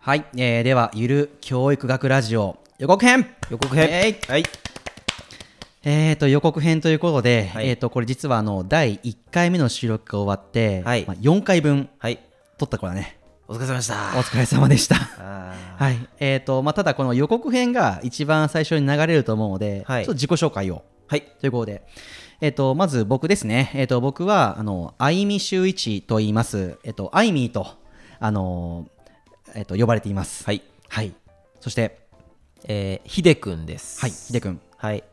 はい、えーではゆる教育学ラジオ予告編予告編、えいはいえーと予告編ということで、はいえーとこれ実はあの第1回目の収録が終わって、はいまあ、4回分はい撮ったからねお疲れ様でしおた疲れ様でしたあはいえーとまあ、ただこの予告編が一番最初に流れると思うので、はいちょっと自己紹介をーはいということで、えっとまず僕ですね、えっと僕はあのあいみ周一と言います、えっとあいみーと、あのえっと呼ばれています。はいはい、そして、えー、ひでくんですはい、ひでくん、はい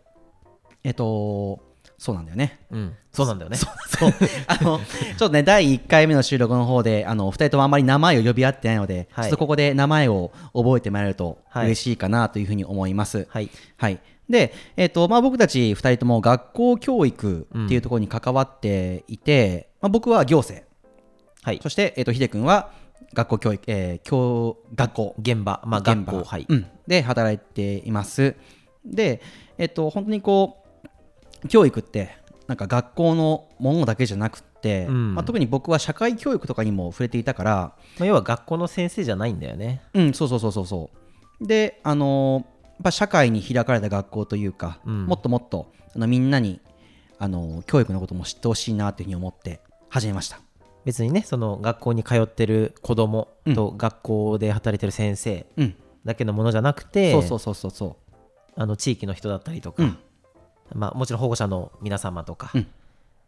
えっと、そうなんだよね。うんそうなんだよねそうあのちょっとね、第1回目の収録の方で、あの2人ともあんまり名前を呼び合ってないので、はいちょっとここで名前を覚えてもらえるとはい嬉しいかなというふうに思います。はいはい、で、えっとまあ、僕たち2人とも学校教育っていうところに関わっていて、まあ、僕は行政はいそして、えっとひで君は学校教育、えー教学校現場まあ現学場校はい、うん、で働いていますで、えっと本当にこう教育ってなんか学校のものだけじゃなくって、うんまあ、特に僕は社会教育とかにも触れていたから、まあ、要は学校の先生じゃないんだよねうん、そうそうそうそうそうであのーやっぱ社会に開かれた学校というか、うんもっともっとあのみんなにあのー教育のことも知ってほしいなというふうに思って始めました別にねその学校に通ってる子供と学校で働いてる先生うん、だけのものじゃなくて、そうそうそうそうそあの地域の人だったりとうか、うんまあ、もちろん保護者の皆様とか、うん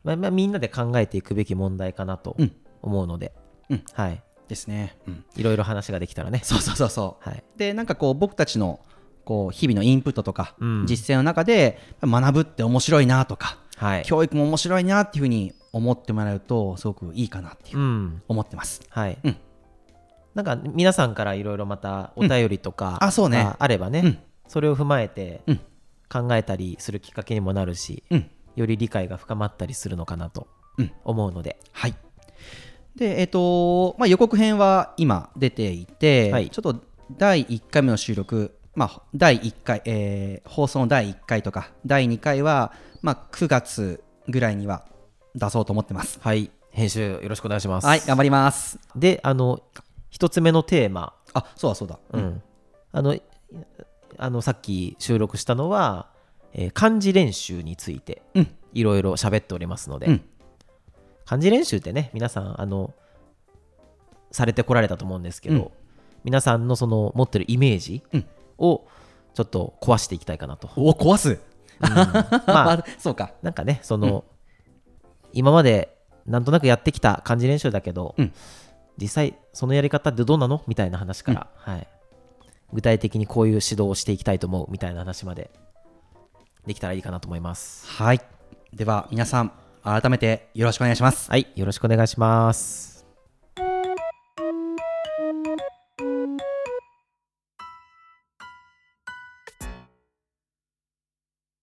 まあまあ、みんなで考えていくべき問題かなとうん思うので、うんはい、ですね、うん、いろいろ話ができたらね、そうそうそうそうはい、でなんかこう僕たちのこう日々のインプットとか、うん実践の中で学ぶって面白いなとか、はい、教育も面白いなっていうふうに思ってもらえるとすごくいいかなっていう、うん、思ってますはい、うんなんか皆さんからいろいろまたお便りとか、うんあそうねがあればね、うんそれを踏まえてうん考えたりするきっかけにもなるし、うんより理解が深まったりするのかなとうん思うので、はいでえっ、と、まあ、予告編は今出ていて、はいちょっと第1回目の収録まあ、第1回、えー放送の第1回とか第2回は、まあ、9月ぐらいには出そうと思ってます。はい、編集よろしくお願いします。はい、頑張ります。であの一つ目のテーマあ、そうだそうだ。うん、あのあのさっき収録したのは、えー漢字練習についてうんいろいろ喋っておりますので、うん漢字練習ってね皆さんあのされてこられたと思うんですけど、うん皆さんのその持ってるイメージうんをちょっと壊していきたいかな と、お、壊す。まあ そうか。なんかねその、今までなんとなくやってきた漢字練習だけど、うん実際そのやり方ってどうなのみたいな話から、はい、具体的にこういう指導をしていきたいと思うみたいな話までできたらいいかなと思いますはい。では皆さん、改めてよろしくお願いします。はいよろしくお願いします